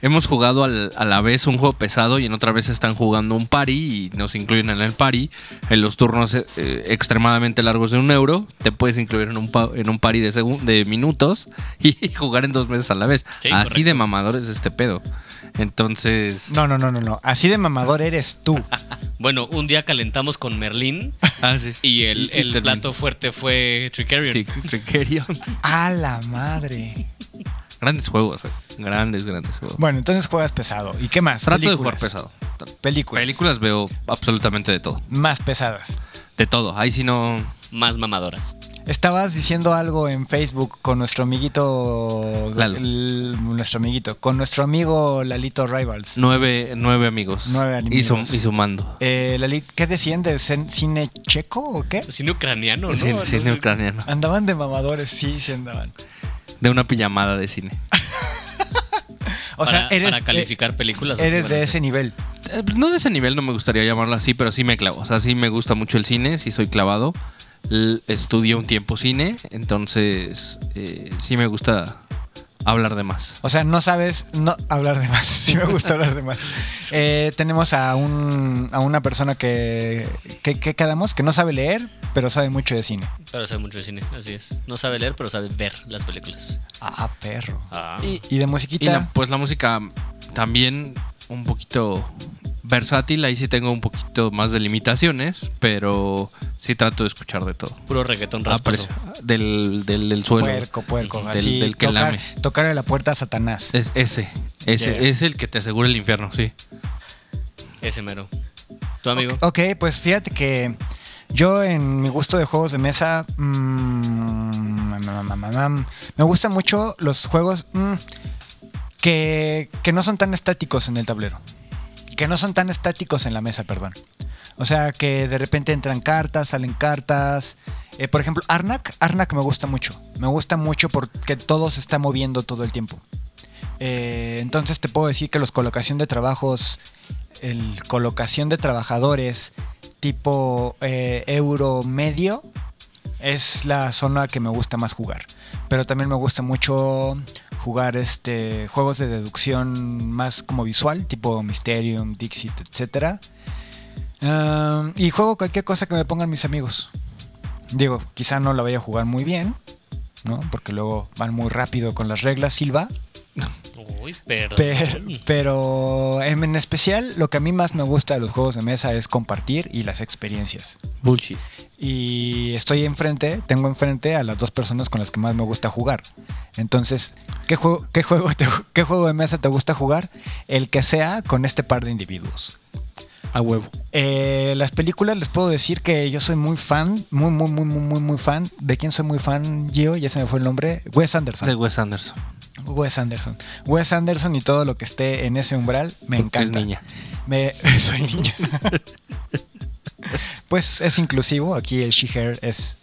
C: hemos jugado al- a la vez un juego pesado y en otra vez están jugando un party y nos incluyen en el party. En los turnos eh, extremadamente largos de un euro, te puedes incluir en un, pa- en un party de, segun- de minutos [LAUGHS] y jugar en dos meses a la vez.
A: Sí,
C: Así
A: correcto.
C: de mamadores este pedo. Entonces...
B: No, no, no, no, no. Así de mamador eres
A: [LAUGHS]
B: tú.
A: Bueno, un día calentamos con
B: [LAUGHS]
A: Merlín
C: Ah, sí.
A: y el, el
C: termin-
A: plato fuerte fue Tricarion.
C: Sí, [LAUGHS] Criterion.
B: A la madre.
C: Grandes juegos, güey. Grandes, grandes juegos.
B: Bueno, entonces juegas pesado. ¿Y qué más?
C: Trato de
B: Películas.
C: jugar pesado.
B: Películas.
C: Películas veo absolutamente de todo.
B: Más pesadas.
C: De todo. Ahí sí no.
A: Más mamadoras.
B: Estabas diciendo algo en Facebook con nuestro amiguito.
C: Lalo.
B: el- nuestro amiguito. Con nuestro amigo Lalito Rivals.
C: Nueve, nueve amigos.
B: Nueve
C: y, sum-
B: amigos.
C: y sumando.
B: Eh, Lali- ¿Qué decían de cen- cine checo o qué?
A: Cine ucraniano, ¿no?
C: Cine,
A: No
C: cine
A: sé.
C: ucraniano.
B: Andaban de mamadores, sí, sí andaban.
C: De una pijamada de cine.
B: O sea,
A: para,
B: eres.
A: para calificar películas. ¿o
B: eh, eres
A: qué van
B: de
A: a
B: ese
A: hacer?
B: nivel.
C: Eh, No de ese nivel, no me gustaría llamarlo así, pero sí me clavo. O sea, sí me gusta mucho el cine, sí soy clavado. L- estudié un tiempo cine, entonces eh, sí me gusta hablar de más.
B: O sea, no sabes no hablar de más. [LAUGHS] Sí me gusta hablar de
C: [LAUGHS]
B: más. Eh, tenemos a un a una persona que, que que quedamos que no sabe leer, pero sabe mucho de cine.
A: Pero sabe mucho de cine, así es. No sabe leer, pero sabe ver las películas.
B: Ah, perro.
A: Ah.
C: Y-
B: Y de
C: Y la-
B: musiquita.
C: pues la música también un poquito versátil, ahí sí tengo un poquito más de limitaciones, pero sí trato de escuchar de todo.
A: Puro
B: Ah,
A: reggaetón rasposo.
C: Aprecio- Del, del, del suelo.
B: Puerco, puerco,
C: Del-
B: así
C: del que
B: tocar,
C: lame.
B: tocarle la puerta a Satanás.
C: Es ese, ese
B: Yeah.
C: es el que te asegura el infierno, sí.
A: Ese mero. Tu amigo.
B: Ok, pues fíjate que Yo en mi gusto de juegos de mesa, mm, mam, mam, mam, mam, me gustan mucho los juegos mm, que, que no son tan estáticos en el tablero. Que no son tan estáticos en la mesa, perdón. O sea, que de repente entran cartas, salen cartas. Eh, por ejemplo, Arnak, Arnak me gusta mucho. Me gusta mucho porque todo se está moviendo todo el tiempo. Eh, entonces te puedo decir que los colocación de trabajos, el colocación de trabajadores tipo eh, euro medio es la zona que me gusta más jugar. Pero también me gusta mucho jugar este juegos de deducción más como visual, tipo Mysterium, Dixit, etcétera. Um, y juego cualquier cosa que me pongan mis amigos. Digo, quizá no la vaya a jugar muy bien, ¿no? Porque luego van muy rápido con las reglas, Silva.
A: Uy, perdón.
B: Pero, pero en en especial lo que a mí más me gusta de los juegos de mesa es compartir y las experiencias.
C: Bullshit.
B: Y estoy enfrente, tengo enfrente a las dos personas con las que más me gusta jugar. Entonces, ¿qué juego, qué juego, te- qué juego de mesa te gusta jugar? El que sea con este par de individuos.
C: A huevo.
B: Eh, las películas les puedo decir que yo soy muy fan, muy, muy, muy, muy, muy, muy fan. ¿De quién soy muy fan, Gio? Ya se me fue el nombre. Wes Anderson.
C: De Wes Anderson.
B: Wes Anderson. Wes Anderson y todo lo que esté en ese umbral me
C: porque
B: encanta.
C: Es niña.
B: Me, [LAUGHS] soy niña. pues es inclusivo. Aquí el She-Hair es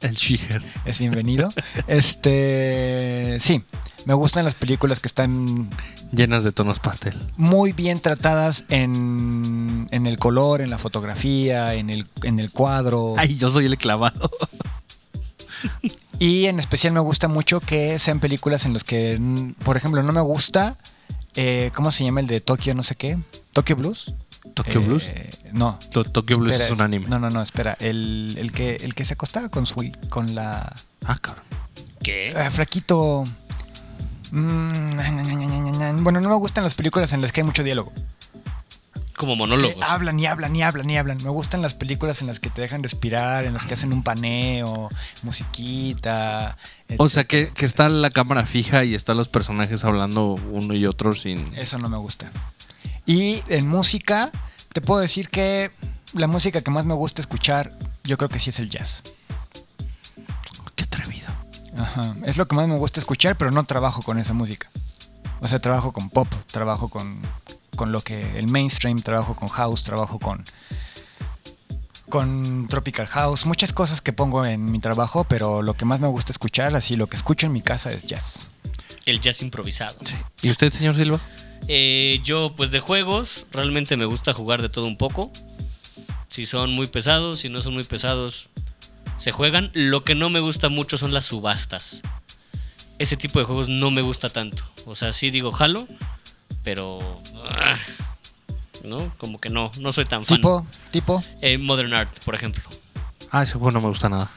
C: El Sheher.
B: es bienvenido. Este, sí, me gustan las películas que están
C: Llenas de tonos pastel.
B: muy bien tratadas en, en el color, en la fotografía, en el, en el cuadro.
C: Ay, yo soy el clavado.
B: Y en especial me gusta mucho que sean películas en las que, mm, por ejemplo, no me gusta, eh, ¿cómo se llama el de Tokio no sé qué? ¿Tokio Blues?
C: Tokyo
B: Eh,
C: Blues.
B: No.
C: Lo- Tokyo Blues
B: espera,
C: es un anime.
B: No, no, no, espera. El, el que, el que se acostaba con su con la
C: Ah, cabrón.
A: ¿Qué?
B: Ah, flaquito. Mm, na, na, na, na, na, na. Bueno, no me gustan las películas en las que hay mucho diálogo.
A: Como
B: Que
A: monólogos.
B: hablan y hablan y hablan y hablan. Me gustan las películas en las que te dejan respirar, en las que hacen un paneo, musiquita.
C: O sea,
B: etc.
C: que, que está la cámara fija y están los personajes hablando uno y otro sin...
A: Eh,
B: Eso no me gusta. Y en música, te puedo decir que la música que más me gusta escuchar, yo creo que sí es el jazz.
C: Qué atrevido.
B: Ajá. Es lo que más me gusta escuchar, pero no trabajo con esa música. O sea, trabajo con pop, trabajo con, con lo que el mainstream, trabajo con house, trabajo con con tropical house, muchas cosas que pongo en mi trabajo, pero lo que más me gusta escuchar, así lo que escucho en mi casa es jazz.
A: El jazz improvisado.
C: ¿Y usted, señor Silva?
A: Eh, yo, pues de juegos, realmente me gusta jugar de todo un poco. Si son muy pesados, si no son muy pesados, se juegan. Lo que no me gusta mucho son las subastas. Ese tipo de juegos no me gusta tanto. O sea, sí digo jalo, pero. ah, ¿No? Como que no, no soy tan fan.
B: Tipo, tipo,
A: Eh, Modern Art, por ejemplo.
C: Ah, ese juego no me gusta nada.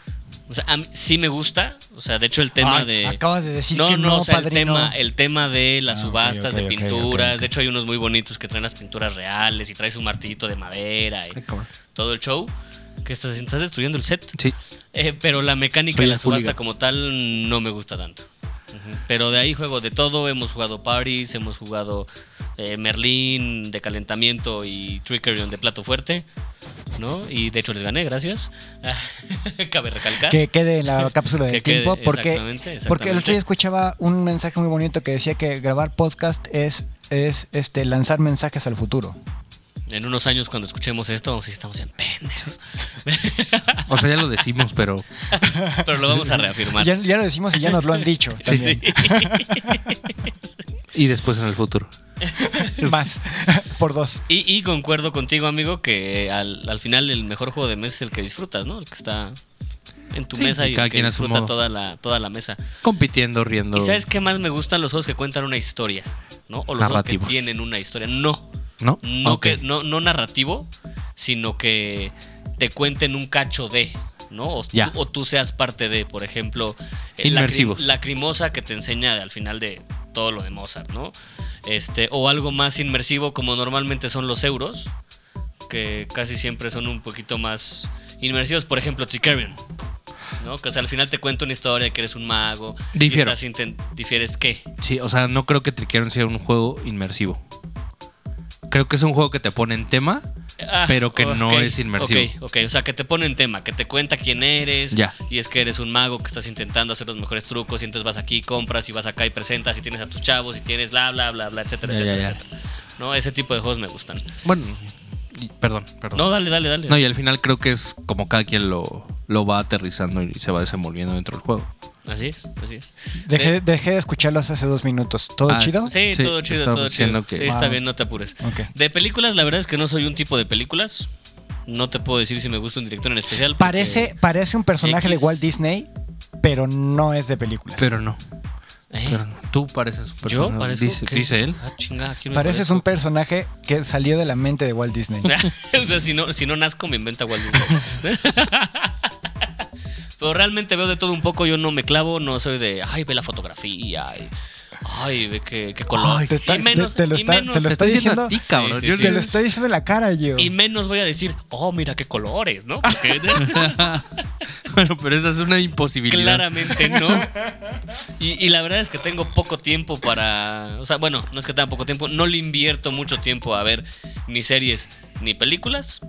A: O sea, a mí sí me gusta. O sea, de hecho, el tema
B: Ay,
A: de.
B: Ah, acabas de decir
A: no,
B: que
A: no,
B: no,
A: o sea, el
B: padrino.
A: tema, el tema de las
B: Ah, ok,
A: subastas
B: ok, ok,
A: de
B: ok,
A: pinturas.
B: ok.
A: De hecho, hay unos muy bonitos que traen las pinturas reales y traes un martillito de madera y
C: Ay, cabrón.
A: todo el show. Que estás, estás destruyendo el set.
C: Sí.
A: Eh, pero la mecánica
C: Soy
A: de la
C: el
A: subasta
C: hooligan.
A: como tal no me gusta tanto. Ujú. Pero de ahí juego de todo. Hemos jugado Paris, hemos jugado eh, Merlín de calentamiento y Trickery de plato fuerte. ¿No? Y de hecho les gané, gracias. [LAUGHS] Cabe recalcar.
B: que quede en la cápsula del
A: Que quede,
B: tiempo porque
A: exactamente,
B: Porque el
A: exactamente.
B: otro día escuchaba un mensaje muy bonito que decía que grabar podcast es, es este, lanzar mensajes al futuro.
A: En unos años cuando escuchemos esto, vamos a decir, estamos en pendejos.
C: O sea, ya lo decimos, pero...
A: Pero lo vamos a reafirmar.
B: Ya, ya lo decimos y ya nos lo han dicho
A: [LAUGHS] Sí,
B: también.
C: Y después en el futuro.
B: Más, [LAUGHS] por dos.
A: Y, y concuerdo contigo, amigo, que al, al final el mejor juego de mesa es el que disfrutas, ¿no? El que está en tu
C: Sí,
A: mesa
C: y
A: y
C: cada
A: el que
C: quien a su
A: disfruta
C: modo.
A: toda la, toda la mesa.
C: Compitiendo, riendo.
A: ¿Y sabes qué más me gustan los juegos que cuentan una historia? ¿No? O los juegos que
C: Narrativos.
A: tienen una historia. No.
C: ¿No?
A: Mm, No,
C: Ok.
A: que, no, no narrativo, sino que te cuenten un cacho de, ¿no? O, tú-
C: Ya.
A: o tú seas parte de, por ejemplo, eh, la cri-
C: Inmersivos.
A: lacrimosa que te enseña al final de todo lo de Mozart, ¿no? Este, o algo más inmersivo como normalmente son los euros, que casi siempre son un poquito más inmersivos, por ejemplo, Tricarion. ¿no? Que o sea, al final te cuenta una historia de que eres un mago. y
C: Difiero.
A: estás inten- ¿Difieres qué?
C: Sí, o sea, no creo que Trickerion sea un juego inmersivo. Creo que es un juego que te pone en tema
A: Ah,
C: pero que no
A: ok,
C: es inmersivo.
A: Ok, ok. O sea, que te pone en tema, que te cuenta quién eres.
C: Ya.
A: Y es que eres un mago que estás intentando hacer los mejores trucos. Y entonces vas aquí, compras y vas acá y presentas. Y tienes a tus chavos y tienes bla, bla, bla, bla, etcétera,
C: Ya, ya,
A: etcétera,
C: ya.
A: etcétera. No, ese tipo de juegos me gustan.
C: Bueno, y- perdón, perdón.
A: No, dale, dale, dale.
C: No, y al final creo que es como cada quien lo, lo va aterrizando y se va desenvolviendo dentro del juego.
A: Así es, así es.
B: Dejé, dejé de escucharlos hace dos minutos. ¿Todo
C: Ah,
B: chido?
A: Sí,
C: Sí,
A: todo chido,
C: estaba
A: todo
C: diciendo
A: chido.
C: que-
A: Sí, está
B: Wow.
A: bien, no te apures.
B: Ok.
A: De películas, la verdad es que no soy un tipo de películas. No te puedo decir si me gusta un director en especial. porque-
B: Parece, parece un personaje de
A: X.
B: Walt Disney, pero no es de películas.
C: Pero no.
A: ¿Eh?
C: Pero no. Tú pareces
A: Yo
C: un personaje-
A: parezco
C: Dice,
A: que-
C: dice él.
A: Ah, chinga, ¿quién me
B: Pareces
A: parezco?
B: un personaje que salió de la mente de Walt Disney.
A: [LAUGHS] o sea, si no, si no nazco, me inventa Walt Disney. [LAUGHS] Pero realmente veo de todo un poco, yo no me clavo, no soy de, ay, ve la fotografía, ay, ay, ve qué, qué color.
B: Ay, te está-
A: y menos,
B: te- te lo
A: y
B: está-
A: menos-
B: te lo
C: Te
B: está-
C: estoy diciendo a ti,
B: diciendo-
A: Sí,
C: cabrón.
A: sí,
C: Yo
A: sí.
B: Te lo está diciendo en la cara, yo.
A: y menos voy a decir, oh, mira qué colores, ¿no?
B: [LAUGHS]
A: Porque [LAUGHS]
C: Bueno, pero esa es una imposibilidad.
A: claramente no. Y, y la verdad es que tengo poco tiempo para, o sea, bueno, no es que tenga poco tiempo, no le invierto mucho tiempo a ver ni series ni películas.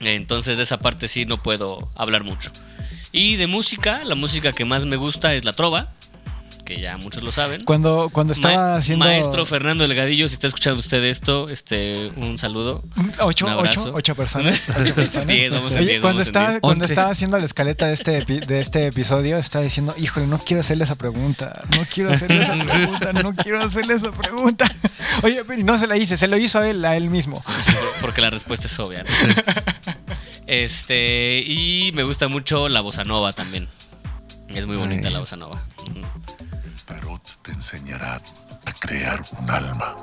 A: Entonces de esa parte sí no puedo hablar mucho. Y de música, la música que más me gusta es la trova, que ya muchos lo saben.
B: Cuando, cuando estaba
A: Ma-
B: haciendo.
A: Maestro Fernando Delgadillo, si está escuchando usted esto, este, un saludo.
B: [LAUGHS] Ocho,
A: Un abrazo.
B: ocho, ocho
A: [LAUGHS]
B: personas. ocho personas.
A: Diez, vamos en
B: Oye,
A: diez,
B: cuando,
A: vamos en
B: estaba,
A: diez.
B: cuando
C: Once.
B: estaba haciendo la escaleta de este, epi- de este episodio, estaba diciendo, híjole, no quiero hacerle esa pregunta. No quiero hacerle esa pregunta. No quiero hacerle esa pregunta. [LAUGHS] Oye, pero y no se la hice, se lo hizo a él, a él mismo.
A: Sí, por- porque la respuesta es obvia. ¿no? Este, y me gusta mucho la bossa nova también. Es muy bonita
C: Ay.
A: la bossa nova. Ujú.
F: El tarot te enseñará a crear un alma.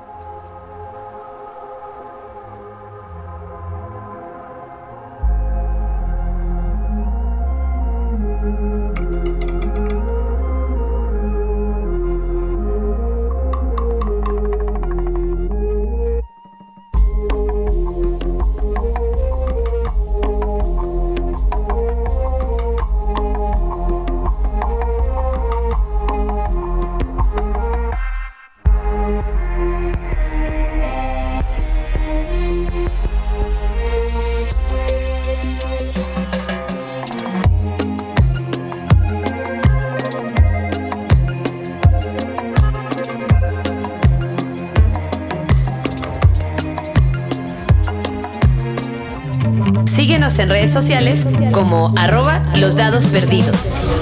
G: Síguenos en redes sociales como arroba los dados perdidos.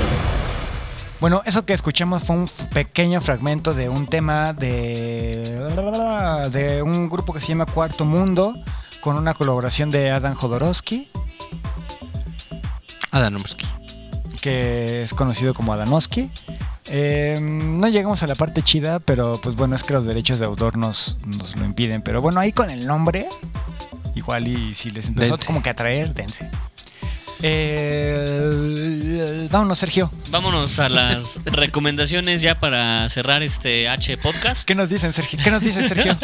B: Bueno, eso que escuchamos fue un f- pequeño fragmento de un tema de, de un grupo que se llama Cuarto Mundo, con una colaboración de Adam Jodorowsky,
C: Adanovsky.
B: que es conocido como Adanovsky. Eh, no llegamos a la parte chida, pero pues bueno, es que los derechos de autor nos, nos lo impiden. Pero bueno, ahí con el nombre, igual y si les empezó
C: Dense.
B: como que a atraer, dense. Eh, vámonos, Sergio.
A: Vámonos a las recomendaciones ya para cerrar este H podcast.
B: ¿Qué nos dicen, Sergio? ¿Qué nos dice
A: [LAUGHS]
B: Sergio?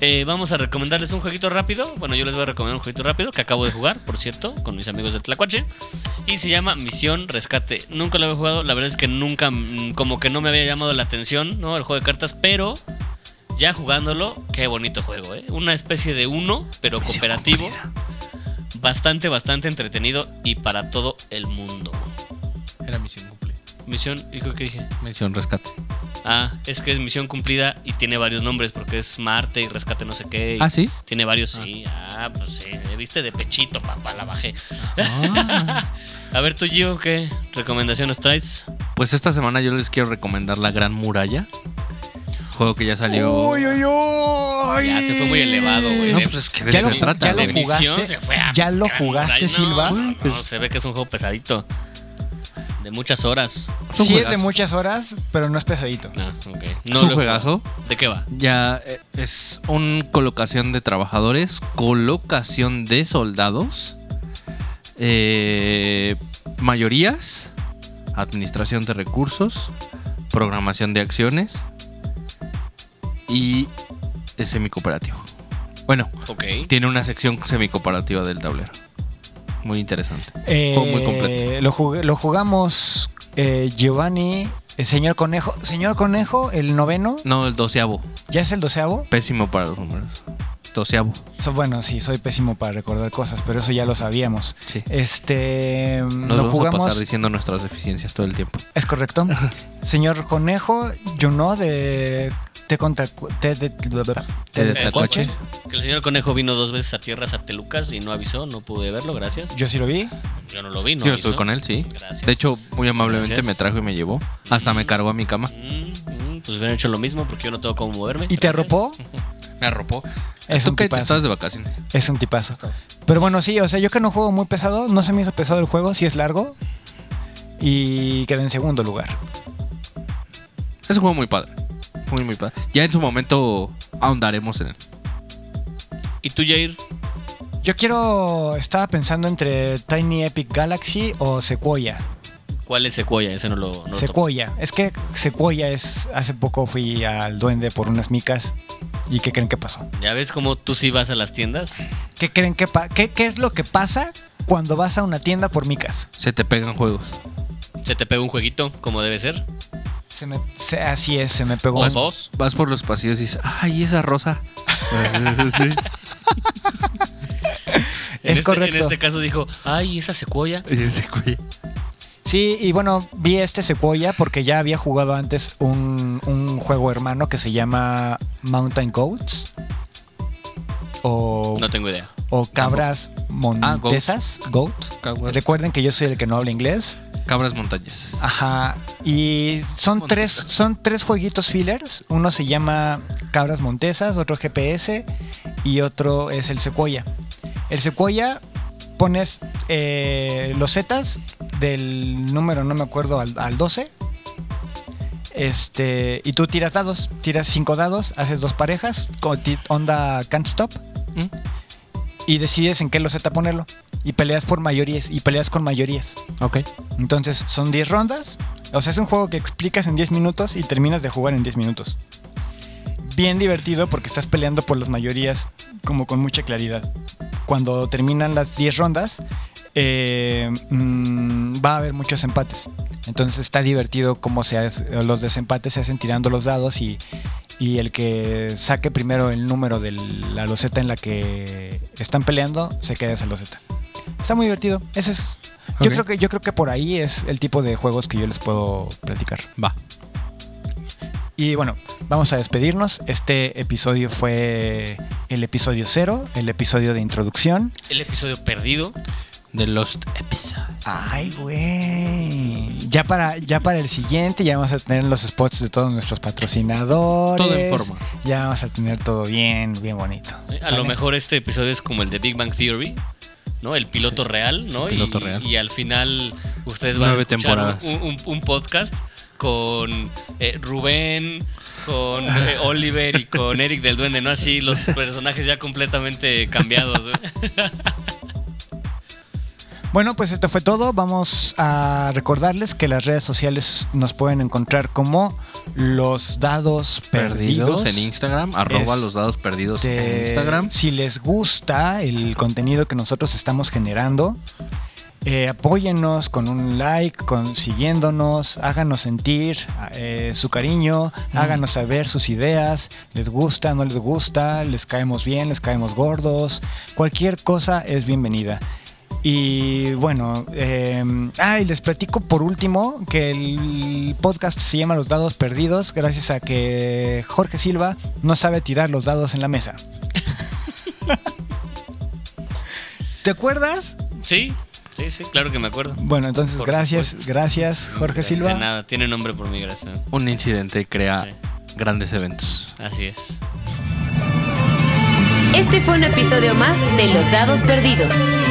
A: Eh, vamos a recomendarles un jueguito rápido. Bueno, yo les voy a recomendar un jueguito rápido que acabo de jugar, por cierto, con mis amigos de Tlacuache. Y se llama Misión Rescate. Nunca lo había jugado, la verdad es que nunca, mm, como que no me había llamado la atención, ¿no? El juego de cartas, pero ya jugándolo, qué bonito juego, ¿eh? Una especie de uno, pero cooperativo. Bastante, bastante entretenido y para todo el mundo.
C: Era misión cumplida.
A: Misión, ¿y qué qué dije?
C: Misión rescate.
A: Ah, es que es misión cumplida y tiene varios nombres porque es Marte y Rescate no sé qué. y-
C: Ah, sí.
A: tiene varios, sí. Ah, pues sí. me Viste de pechito, papá, la bajé.
B: Ah.
A: [LAUGHS] A ver, tú, Gio, ¿qué recomendación nos traes?
C: Pues esta semana yo les quiero recomendar La Gran Muralla. Juego que ya salió.
B: Uy, uy, uy.
A: Ya se fue muy elevado, güey.
C: No,
A: De-
C: pues es que de
B: Ya
C: eso
B: lo,
C: se
B: ju-
C: trata.
B: ya lo
C: de- pues
A: jugué.
B: jugaste.
A: Definición se fue a-
B: Ya lo
A: Ay,
B: jugaste,
A: no,
B: Silva.
A: no, no, se ve que es un juego pesadito. De muchas horas.
C: un
B: Sí es de
C: juegazo.
B: muchas horas, pero no es pesadito.
A: Ah, ok. No
C: es un
A: lo-
C: juegazo.
A: ¿De qué va?
C: Ya eh, es una colocación de trabajadores, colocación de soldados, eh, mayorías, administración de recursos, programación de acciones y es semicooperativo. Bueno,
A: Ok.
C: tiene una sección semicooperativa del tablero. Muy interesante.
B: Eh,
C: Fue muy completo.
B: Lo, jugué- lo jugamos eh, Giovanni, el señor Conejo. Señor Conejo, el noveno,
C: No, el doceavo.
B: ya es el doceavo.
C: Pésimo para los números. doceavo.
B: So- bueno, sí, soy pésimo para recordar cosas, pero eso ya lo sabíamos.
C: Sí.
B: Este,
C: Nos
B: lo
C: vamos a pasar
B: jugamos,
C: diciendo nuestras deficiencias todo el tiempo.
B: es
C: [LAUGHS]
B: correcto. Señor Conejo, yo no de te contra te de,
C: Té de
A: Eh,
C: Tlacuache.
A: ¿cuál fue? Que el señor Conejo vino dos veces a tierras a Telucas y no avisó, no pude verlo, gracias.
B: Yo sí lo vi.
A: Yo no lo vi, no
C: Yo
A: avisó.
C: estuve con él, sí.
A: Gracias.
C: De hecho, muy amablemente
A: Gracias.
C: me trajo y me llevó. Hasta me cargó a mi cama.
A: Mm, mm, pues hubieran hecho lo mismo porque yo no tengo cómo moverme.
B: ¿Y te
A: Gracias.
B: arropó?
C: Me arropó.
B: Es
C: ¿Tú
B: un
C: qué? ¿Te
B: tipazo.
C: estabas de vacaciones?
B: Es un tipazo. Pero bueno, sí, o sea, yo que no juego muy pesado, no se me hizo pesado el juego, sí es largo. Y quedé en segundo lugar.
C: Es un juego muy padre. Muy, muy padre. Ya en su momento ahondaremos en él.
A: ¿Y tú, Jair?
B: Yo quiero. Estaba pensando entre Tiny Epic Galaxy o Sequoia.
A: ¿Cuál es Sequoia? Ese no lo. no lo
B: Sequoia. Es que Sequoia es. Hace poco fui al Duende por unas micas. ¿Y qué creen que pasó?
A: topo. ¿Ya ves cómo tú sí vas a las tiendas?
B: ¿Qué creen que pa- qué, qué es lo que pasa cuando vas a una tienda por micas?
C: Se te pegan juegos.
A: ¿Se te pega un jueguito como debe ser?
B: Se me, se- así es, se me pegó.
A: ¿O
B: un-
A: dos?
C: Vas por los pasillos y dices, ¡ay, esa rosa! [LAUGHS] Sí.
A: En
B: Es
A: este- En
B: correcto.
A: este caso dijo, ay, esa Sequoia.
C: [LAUGHS] Y dices, "Güey".
B: Sí, y bueno, vi este Sequoia porque ya había jugado antes un, un juego hermano que se llama Mountain Goats. O,
A: No tengo idea.
B: o cabras montesas. goat.
C: Cabras- Ah,
B: Recuerden que yo soy el que no habla inglés.
C: Cabras montañesas.
B: Ajá. Y son tres,
C: Montesas.
B: son tres jueguitos fillers. Uno se llama Cabras Montesas, otro GPS y otro es el Sequoia. El Sequoia pones eh, los zetas del número, no me acuerdo, al, al 12. Este, y tú tiras dados, tiras cinco dados, haces dos parejas, con ti- onda can't stop,
C: ¿Mm?
B: y decides en qué los Z ponerlo. Y peleas por mayorías, y peleas con mayorías.
C: Ok.
B: Entonces, son 10 rondas. O sea, es un juego que explicas en 10 minutos y terminas de jugar en 10 minutos. Bien divertido porque estás peleando por las mayorías como con mucha claridad. Cuando terminan las 10 rondas, eh, mm, va a haber muchos empates. Entonces está divertido cómo se hace- los desempates se hacen tirando los dados y, y el que saque primero el número de la loseta en la que están peleando se queda esa loseta. Está muy divertido. Ese es yo
C: Ok.
B: creo que yo creo que por ahí es el tipo de juegos que yo les puedo platicar.
C: Va.
B: Y bueno, vamos a despedirnos. Este episodio fue el episodio cero, el episodio de introducción.
A: El episodio perdido.
C: The Lost Episode.
B: Ay, güey. Ya para, ya para el siguiente ya vamos a tener los spots de todos nuestros patrocinadores.
C: Todo en forma.
B: Ya vamos a tener todo bien, bien bonito.
A: ¿eh? A
B: ¿Sale?
A: lo mejor este episodio es como el de Big Bang Theory, ¿no? El piloto real, ¿no?
C: el piloto
A: y,
C: real.
A: y al final ustedes van
C: Nueve
A: a escuchar
C: temporadas.
A: Un, un- un podcast con eh, Rubén, con
C: [LAUGHS]
A: eh, Oliver y con Eric del Duende, ¿no? Así los personajes ya completamente cambiados. ¿eh?
B: Bueno, pues esto fue todo. Vamos a recordarles que las redes sociales nos pueden encontrar como los dados perdidos.
C: Perdidos en Instagram. Arroba
B: Este-
C: los dados perdidos en Instagram.
B: Si les gusta el contenido que nosotros estamos generando, eh, apóyennos con un like, con siguiéndonos, háganos sentir eh, su cariño, háganos saber sus ideas, les gusta, no les gusta, les caemos bien, les caemos gordos, cualquier cosa es bienvenida. Y bueno, eh, ah, y les platico por último que el podcast se llama Los Dados Perdidos gracias a que Jorge Silva no sabe tirar los dados en la mesa. ¿Te acuerdas?
A: [LAUGHS] Sí, sí, sí, claro que me acuerdo.
B: Bueno, entonces
A: Por
B: gracias,
A: supuesto.
B: gracias Jorge Silva.
A: De nada, tiene nombre por mi gracia.
C: Un incidente crea
A: Sí.
C: grandes eventos.
A: Así es.
G: Este fue un episodio más de Los Dados Perdidos.